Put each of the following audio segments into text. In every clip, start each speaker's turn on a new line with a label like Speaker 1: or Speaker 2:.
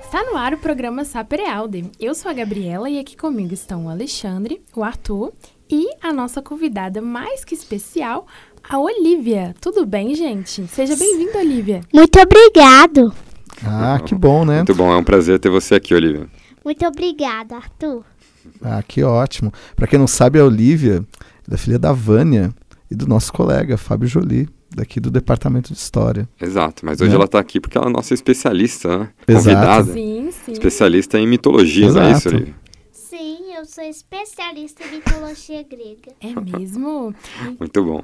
Speaker 1: Está no ar o programa Sapere Aude. Eu sou a Gabriela e aqui comigo estão o Alexandre, o Arthur e a nossa convidada mais que especial, a Olivia. Tudo bem, gente? Seja bem-vinda, Olivia.
Speaker 2: Muito obrigado.
Speaker 3: Ah, que bom, né?
Speaker 4: Muito bom, é um prazer ter você aqui, Olivia.
Speaker 2: Muito obrigado, Arthur.
Speaker 3: Ah, que ótimo. Para quem não sabe, a Olivia é da filha da Vânia e do nosso colega, Fábio Jolie, daqui do Departamento de História.
Speaker 4: Exato, mas hoje
Speaker 3: Né?
Speaker 4: ela está aqui porque ela é nossa especialista, né?
Speaker 3: Exato.
Speaker 4: Convidada.
Speaker 1: Sim, sim.
Speaker 4: Especialista em mitologia, não é isso,
Speaker 3: Exato.
Speaker 4: Olivia?
Speaker 2: Sim, eu sou especialista em mitologia grega.
Speaker 1: É mesmo?
Speaker 4: Muito bom.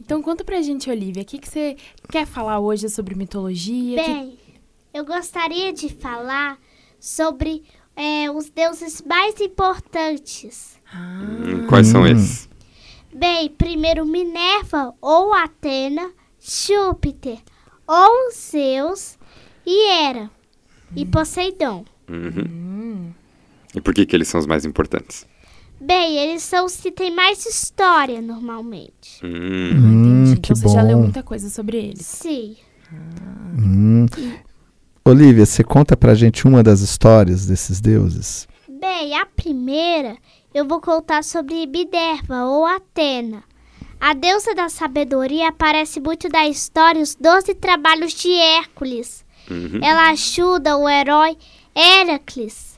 Speaker 1: Então conta pra gente, Olivia, o que, que você quer falar hoje sobre mitologia? Que-
Speaker 2: Bem, eu gostaria de falar sobre é, os deuses mais importantes.
Speaker 1: Ah,
Speaker 4: Hum, Quais são
Speaker 3: Hum.
Speaker 4: esses?
Speaker 2: Bem, primeiro Minerva ou Atena, Júpiter ou Zeus e Hera e Poseidon.
Speaker 4: Uhum. E por que, que eles são os mais importantes?
Speaker 2: Bem, eles são os que têm mais história normalmente.
Speaker 4: Hum,
Speaker 3: Hum,
Speaker 1: entendi.
Speaker 3: que
Speaker 1: então você já leu
Speaker 3: bom.
Speaker 1: muita coisa sobre eles.
Speaker 2: Sim.
Speaker 3: Hum. Olivia, você conta pra gente uma das histórias desses deuses?
Speaker 2: Bem, a primeira eu vou contar sobre Minerva ou Atena. A deusa da sabedoria aparece muito na história Os Doze Trabalhos de Hércules.
Speaker 4: uhum.
Speaker 2: Ela ajuda o herói Heracles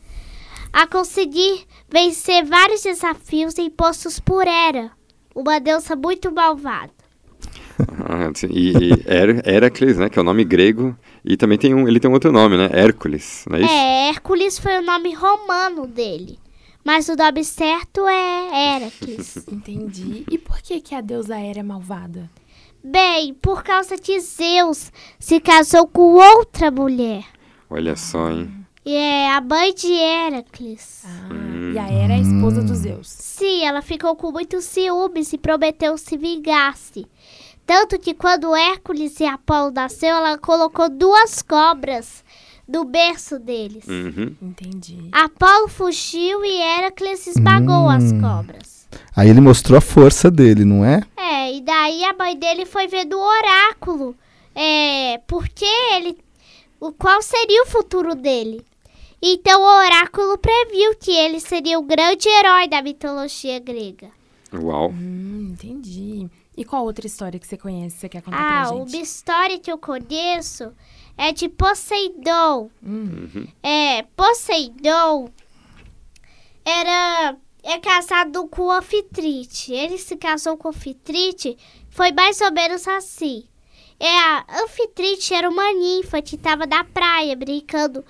Speaker 2: a conseguir vencer vários desafios impostos por Hera, uma deusa muito malvada.
Speaker 4: Ah, sim. e, e Her- Heracles, né? Que é o nome grego. E também tem um, ele tem um outro nome, né? Hércules, não é isso?
Speaker 2: É, Hércules foi o nome romano dele, mas o nome certo é Heracles.
Speaker 1: Entendi. E por que, que a deusa Hera é malvada?
Speaker 2: Bem, por causa de Zeus, se casou com outra mulher.
Speaker 4: Olha só, hein?
Speaker 2: E é a mãe de Heracles.
Speaker 1: Ah, e a Hera é a esposa
Speaker 3: Hum.
Speaker 1: dos Zeus.
Speaker 2: Sim, ela ficou com muitos ciúmes e prometeu se vingar-se. Tanto que quando Hércules e Apolo nasceu, ela colocou duas cobras no berço deles.
Speaker 4: Uhum.
Speaker 1: Entendi.
Speaker 2: Apolo fugiu e Heracles esmagou as cobras.
Speaker 3: Aí ele mostrou a força dele, não é?
Speaker 2: É, e daí a mãe dele foi ver do oráculo. É, porque ele. O qual seria o futuro dele? Então o oráculo previu que ele seria o grande herói da mitologia grega.
Speaker 4: Uau.
Speaker 1: Hum, entendi. E qual outra história que você conhece que você quer contar
Speaker 2: Ah,
Speaker 1: pra
Speaker 2: uma
Speaker 1: gente?
Speaker 2: história que eu conheço é de Poseidon.
Speaker 1: Hum,
Speaker 2: É, Poseidon era é casado com Anfitrite. Ele se casou com Anfitrite, foi mais ou menos assim. É, a Anfitrite era uma ninfa que estava na praia brincando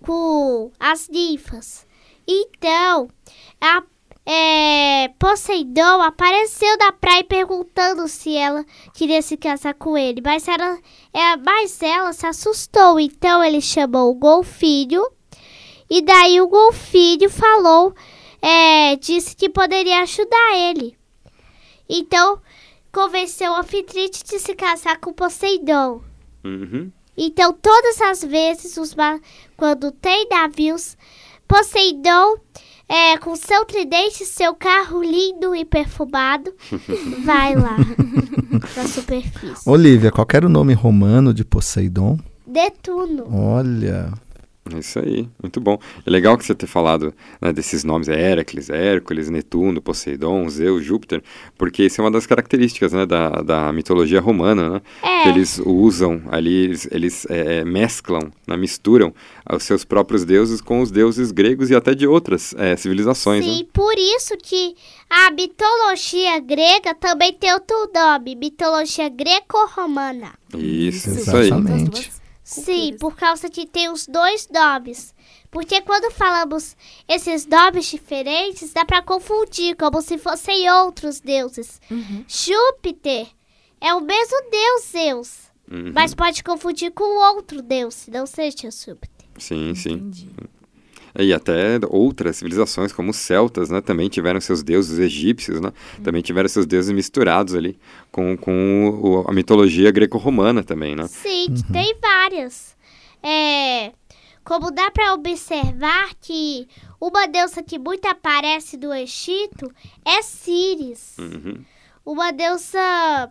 Speaker 2: com as ninfas. Então, a, é, Poseidon apareceu na praia perguntando se ela queria se casar com ele, mas ela, é, mas ela se assustou. Então ele chamou o golfinho e daí o golfinho falou, é, disse que poderia ajudar ele. Então convenceu o anfitrite de se casar com Poseidon.
Speaker 4: Uhum.
Speaker 2: Então, todas as vezes, os ma- quando tem navios, Poseidon, é, com seu tridente, seu carro lindo e perfumado, vai lá na superfície.
Speaker 3: Olivia, qual era o nome romano de Poseidon?
Speaker 2: Netuno.
Speaker 3: Olha.
Speaker 4: É Isso aí, muito bom. É legal que você ter falado né, desses nomes, é Hércules, Hércules, Netuno, Poseidon, Zeus, Júpiter, porque isso é uma das características né, da, da mitologia romana, né?
Speaker 2: É.
Speaker 4: Que Eles usam ali, eles, eles, é, mesclam, né, misturam os seus próprios deuses com os deuses gregos e até de outras é, civilizações, né?
Speaker 2: Sim, por isso que a mitologia grega também tem outro nome, mitologia greco-romana.
Speaker 4: Isso,
Speaker 3: Isso.
Speaker 4: isso aí.
Speaker 3: Exatamente.
Speaker 1: Então, as duas
Speaker 2: Sim,
Speaker 1: culturas.
Speaker 2: por causa que tem os dois nomes. Porque quando falamos esses nomes diferentes, dá pra confundir, como se fossem outros deuses.
Speaker 1: Uhum.
Speaker 2: Júpiter é o mesmo deus Zeus,
Speaker 4: Uhum,
Speaker 2: mas pode confundir com outro deus, se não seja Júpiter.
Speaker 4: Sim, sim.
Speaker 1: Entendi.
Speaker 4: E até outras civilizações, como os celtas, né, também tiveram seus deuses os egípcios, né, também tiveram seus deuses misturados ali com, com o- a mitologia greco-romana também, né?
Speaker 2: Sim, tem várias. É, como dá pra observar que uma deusa que muito aparece do Egito é Círis.
Speaker 4: Uhum.
Speaker 2: uma deusa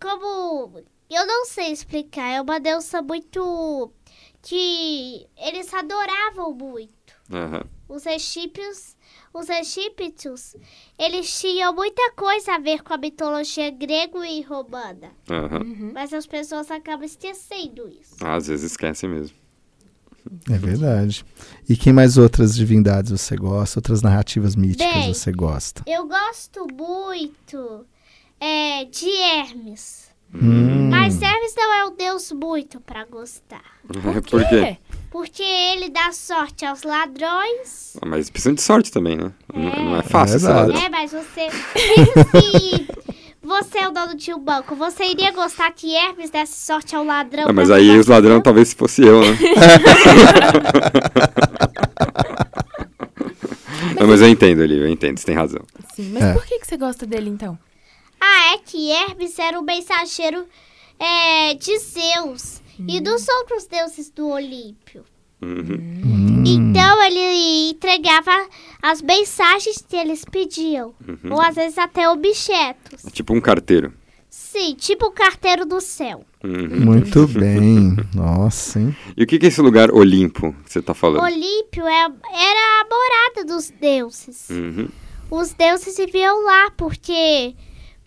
Speaker 2: como eu não sei explicar, é uma deusa muito que eles adoravam muito.
Speaker 4: Aham.
Speaker 2: Os egípcios, os egípcios, eles tinham muita coisa a ver com a mitologia grego e romana,
Speaker 4: aham.
Speaker 2: mas as pessoas acabam esquecendo isso.
Speaker 4: Ah, às vezes esquece mesmo.
Speaker 3: É verdade. E que mais outras divindades você gosta? Outras narrativas míticas
Speaker 2: Bem,
Speaker 3: você gosta?
Speaker 2: Eu gosto muito é, de Hermes.
Speaker 3: Hum,
Speaker 2: Mas Hermes não é um deus muito pra gostar.
Speaker 4: É, Por quê?
Speaker 2: Porque ele dá sorte aos ladrões.
Speaker 4: Ah, Mas precisa de sorte também, né? Não, não é
Speaker 3: É
Speaker 4: fácil essa
Speaker 3: verdade.
Speaker 4: ladra.
Speaker 2: É, mas você. Pensa se você é o dono de um banco. Você iria gostar que Hermes desse sorte ao ladrão.
Speaker 4: Ah, mas
Speaker 2: pra
Speaker 4: aí
Speaker 2: roubar
Speaker 4: os ladrão
Speaker 2: seu banco?
Speaker 4: talvez se fosse eu, né? Não, mas eu entendo, Olivia, eu entendo, você tem razão.
Speaker 1: Sim, mas
Speaker 3: É.
Speaker 1: por que, que você gosta dele então?
Speaker 2: Ah, é que Hermes era o mensageiro é, de Zeus e dos outros deuses do Olímpio.
Speaker 4: Uhum.
Speaker 2: Então ele entregava as mensagens que eles pediam,
Speaker 4: Uhum.
Speaker 2: ou às vezes até objetos.
Speaker 4: É tipo um carteiro.
Speaker 2: Sim, tipo o carteiro do céu.
Speaker 4: Uhum.
Speaker 3: muito bem. Nossa, hein?
Speaker 4: E o que que é esse lugar Olimpo que você tá falando?
Speaker 2: Olímpio é- era a morada dos deuses.
Speaker 4: Uhum.
Speaker 2: Os deuses viviam lá porque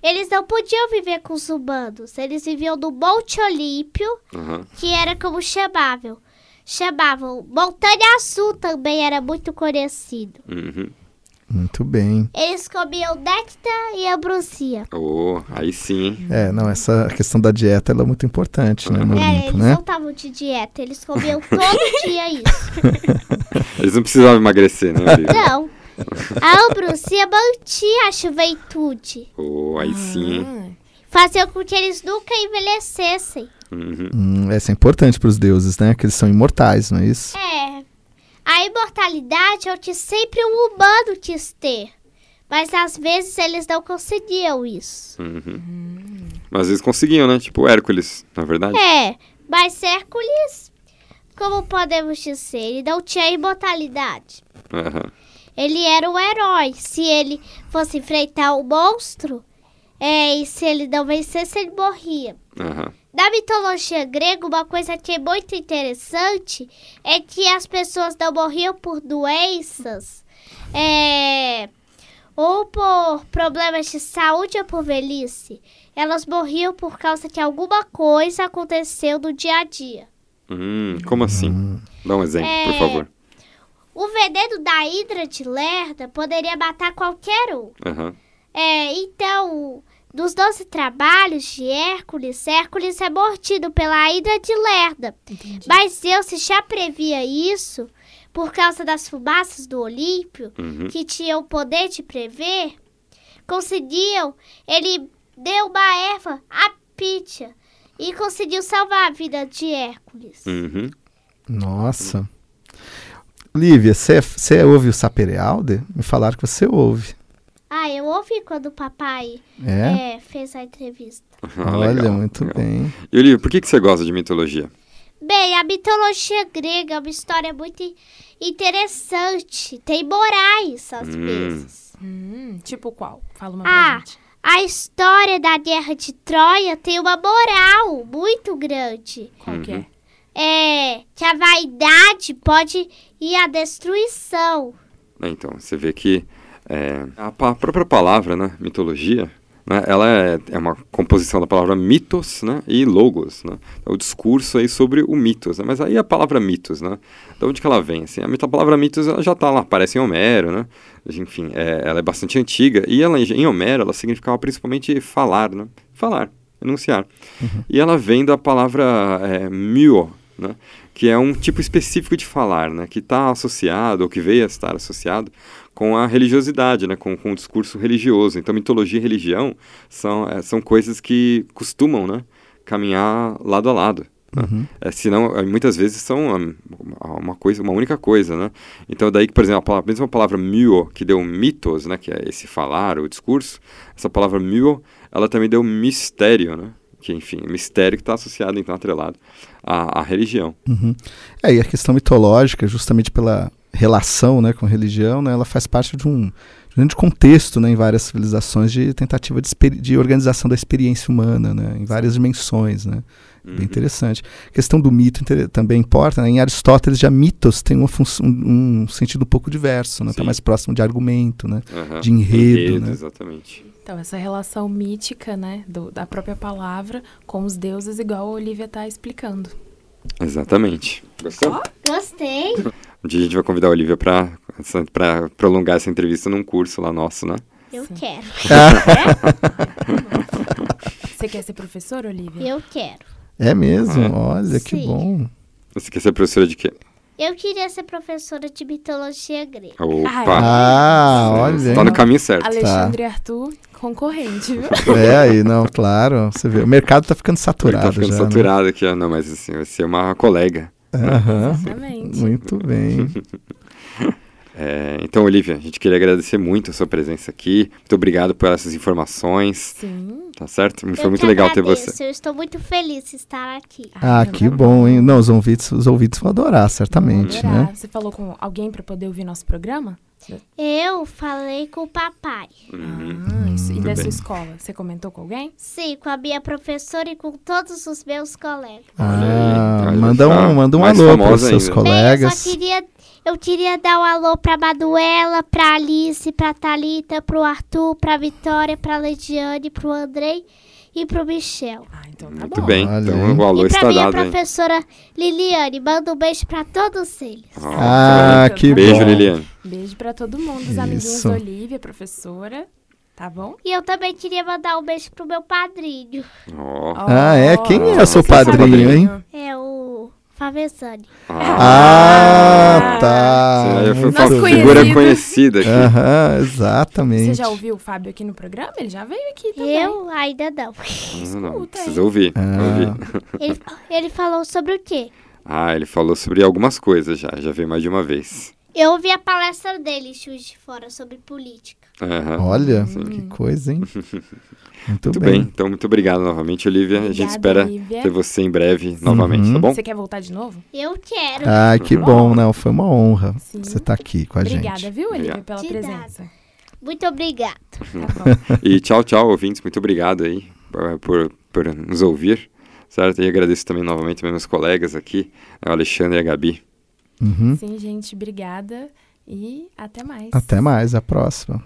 Speaker 2: eles não podiam viver com os humanos. Eles viviam no Monte Olímpio,
Speaker 4: aham.
Speaker 2: que era como chamavam. Chamavam Montanha Azul também era muito conhecido.
Speaker 4: Uhum.
Speaker 3: Muito bem.
Speaker 2: Eles comiam néctar e ambrosia.
Speaker 4: Oh, aí sim, hein?
Speaker 3: É, não, essa questão da dieta ela é muito importante, né, no
Speaker 2: É,
Speaker 3: Olimpo,
Speaker 2: eles
Speaker 3: né?
Speaker 2: não estavam de dieta, eles comiam todo dia isso.
Speaker 4: Eles não precisavam emagrecer, né, Olivia?
Speaker 2: Não. A ambrosia mantinha a juventude.
Speaker 4: Oh,
Speaker 2: Ah.
Speaker 4: aí sim, hein?
Speaker 1: Ah,
Speaker 2: Fazia com que eles nunca envelhecessem.
Speaker 4: Uhum.
Speaker 3: Hum, essa é importante para os deuses, né? Que eles são imortais, não é isso?
Speaker 2: É. A imortalidade é o que sempre um humano quis ter. Mas às vezes eles não conseguiam isso.
Speaker 4: Uhum. Mas eles conseguiam, né? Tipo Hércules, na verdade.
Speaker 2: É, mas Hércules, como podemos dizer, ele não tinha imortalidade.
Speaker 4: Aham.
Speaker 2: Ele era um herói. Se ele fosse enfrentar um monstro, é, e se ele não vencesse, ele morria.
Speaker 4: Aham.
Speaker 2: Na mitologia grega, uma coisa que é muito interessante é que as pessoas não morriam por doenças, é, ou por problemas de saúde ou por velhice. Elas morriam por causa que alguma coisa aconteceu no dia a dia.
Speaker 4: Hum, como assim? Dá um exemplo, por
Speaker 2: É.
Speaker 4: favor.
Speaker 2: O veneno da hidra de Lerda poderia matar qualquer um.
Speaker 4: Aham.
Speaker 2: É, então, dos 12 trabalhos de Hércules, Hércules é mordido pela hidra de Lerda.
Speaker 1: Entendi.
Speaker 2: Mas Zeus já previa isso por causa das fumaças do Olímpio,
Speaker 4: Uhum.
Speaker 2: que tinham o poder de prever. Conseguiam, ele deu uma erva à Pítia e conseguiu salvar a vida de Hércules.
Speaker 4: Uhum.
Speaker 3: Nossa. Lívia, você ouve o Saperealde? Me falaram que você ouve.
Speaker 2: Ah, eu ouvi quando o papai
Speaker 3: É?
Speaker 2: eh, fez a entrevista.
Speaker 4: Ah,
Speaker 3: Olha,
Speaker 4: legal,
Speaker 3: muito
Speaker 4: legal.
Speaker 3: bem.
Speaker 4: E Olivia, por que, que você gosta de mitologia?
Speaker 2: Bem, a mitologia grega é uma história muito in- interessante. Tem morais, às
Speaker 4: Hum.
Speaker 2: vezes.
Speaker 1: Hum, tipo qual? Fala uma
Speaker 2: Ah.
Speaker 1: pra gente.
Speaker 2: A história da guerra de Troia tem uma moral muito grande.
Speaker 1: Qual que
Speaker 4: Uhum.
Speaker 1: é?
Speaker 2: É que a vaidade pode ir à destruição.
Speaker 4: Né, Então, você vê que é, a pa- própria palavra, né, mitologia, né, ela é, é uma composição da palavra mitos né, e logos. Né? É o discurso aí sobre o mitos. Né? Mas aí a palavra mitos, né? De onde que ela vem? Assim, a, mit- a palavra mitos ela já está lá, aparece em Homero, né? Enfim, é, ela é bastante antiga. E ela, em Homero ela significava principalmente falar, né? Falar, enunciar. E ela vem da palavra é, mio, né? que é um tipo específico de falar, né? que está associado, ou que veio a estar associado, com a religiosidade, né? com, com o discurso religioso. Então, mitologia e religião são, eh, são coisas que costumam né? caminhar lado a lado. né?
Speaker 3: Uhum,
Speaker 4: Eh, senão, eh, muitas vezes são hum, uma coisa, uma única coisa, né? Então, daí que, por exemplo, a palavra, mesma palavra mio, que deu mitos, né? Que é esse falar, o discurso, essa palavra mio, ela também deu mistério, né? Que, enfim, mistério que está associado, então, atrelado à, à religião.
Speaker 3: Uhum. É, e a questão mitológica, justamente pela relação né, com religião, né, ela faz parte de um grande contexto né, em várias civilizações de tentativa de, de organização da experiência humana, né, em várias dimensões. Né. Bem uhum. interessante. A questão do mito também importa. Né? Em Aristóteles, já mitos tem um, um sentido um pouco diverso, está né? mais próximo de argumento, né? Uhum. de enredo. enredo né?
Speaker 4: Exatamente.
Speaker 1: Então, essa relação mítica né? Do, da própria palavra com os deuses, igual a Olivia está explicando.
Speaker 4: Exatamente. Gostou?
Speaker 2: Oh, gostei.
Speaker 4: Um dia a gente vai convidar a Olivia para prolongar essa entrevista num curso lá nosso, né?
Speaker 2: Eu Sim. quero.
Speaker 1: Você quer ser professor, Olivia?
Speaker 2: Eu quero.
Speaker 3: É mesmo? Ah, Olha, sim. que bom.
Speaker 4: Você quer ser professora de quê?
Speaker 2: Eu queria ser professora de mitologia grega.
Speaker 4: Opa!
Speaker 3: Ah, ah
Speaker 2: é.
Speaker 3: olha. Você
Speaker 4: tá no caminho certo.
Speaker 1: Alexandre tá. Arthur, concorrente,
Speaker 3: viu? É, aí, não, claro. Você vê, o mercado tá ficando saturado. Ele tá
Speaker 4: ficando
Speaker 3: já,
Speaker 4: saturado né? aqui, não, mas assim, vai ser uma colega.
Speaker 3: Aham. Exatamente. Muito bem.
Speaker 4: É, então, Olivia, a gente queria agradecer muito a sua presença aqui. Muito obrigado por essas informações.
Speaker 1: Sim.
Speaker 4: Tá certo? Foi eu muito legal
Speaker 2: agradeço.
Speaker 4: ter você.
Speaker 2: Eu estou muito feliz de estar aqui.
Speaker 3: Ah, ah que
Speaker 1: então tá
Speaker 3: bom, hein? Não, os ouvintes, os ouvintes vão adorar, certamente, vão adorar. né?
Speaker 1: Uhum. É, Você falou com alguém para poder ouvir nosso programa?
Speaker 2: Eu falei com o papai.
Speaker 1: Uhum. Ah, isso, e da sua escola? Você comentou com alguém?
Speaker 2: Sim, com a minha professora e com todos os meus colegas.
Speaker 3: Ah, ah manda um, manda um alô para os seus ainda. colegas.
Speaker 2: Bem, eu só queria eu queria dar um alô pra Manuela, pra Alice, pra Thalita, pro Arthur, pra Vitória, pra Lediane, pro Andrei e pro Michel.
Speaker 1: Ah, então tá
Speaker 4: Muito
Speaker 1: bom.
Speaker 4: bem, Olha. então o alô
Speaker 2: e pra é
Speaker 4: está
Speaker 2: minha
Speaker 4: dado.
Speaker 2: professora hein? Liliane, manda um beijo pra todos eles.
Speaker 3: Ah, ah que
Speaker 4: beijo,
Speaker 3: bom.
Speaker 4: Liliane.
Speaker 1: Beijo pra todo mundo, os amiguinhos da Olivia, professora. Tá bom?
Speaker 2: E eu também queria mandar um beijo pro meu padrinho.
Speaker 4: Oh.
Speaker 3: Ah, é? Quem oh, é o seu padrinho, hein?
Speaker 2: É o... Favesani.
Speaker 3: Ah, ah, tá.
Speaker 4: Você já foi Nosso uma figura conhecido. conhecida aqui.
Speaker 3: Aham, exatamente. Você
Speaker 1: já ouviu o Fábio aqui no programa? Ele já veio aqui também.
Speaker 2: Eu ainda não.
Speaker 4: Escuta, não, precisa ouvir. Ah.
Speaker 2: ouvir. Ele, ele, falou sobre o quê?
Speaker 4: Ah, ele falou sobre algumas coisas já. Já veio mais de uma vez.
Speaker 2: Eu ouvi a palestra dele, Chus de Fora, sobre política.
Speaker 4: Uhum.
Speaker 3: Olha, Sim. que coisa, hein? Muito,
Speaker 4: muito
Speaker 3: bem.
Speaker 4: bem. Então, muito obrigado novamente, Olivia. Obrigada, a gente espera
Speaker 1: Olivia.
Speaker 4: ter você em breve Sim. novamente, uhum. tá bom?
Speaker 1: Você quer voltar de novo?
Speaker 2: Eu quero.
Speaker 3: Ai, que bom, não. Foi uma honra Sim. você estar tá aqui com a
Speaker 1: obrigada,
Speaker 3: gente.
Speaker 1: Viu, Olivia, obrigada, viu, Olivia, pela presença.
Speaker 4: Ah.
Speaker 2: Muito obrigado.
Speaker 4: Tá e tchau, tchau, ouvintes. Muito obrigado aí eh, por, por nos ouvir, certo? E agradeço também novamente meus colegas aqui, né, o Alexandre e a Gabi.
Speaker 3: Uhum.
Speaker 1: Sim, gente, obrigada e até mais.
Speaker 3: Até mais, a próxima.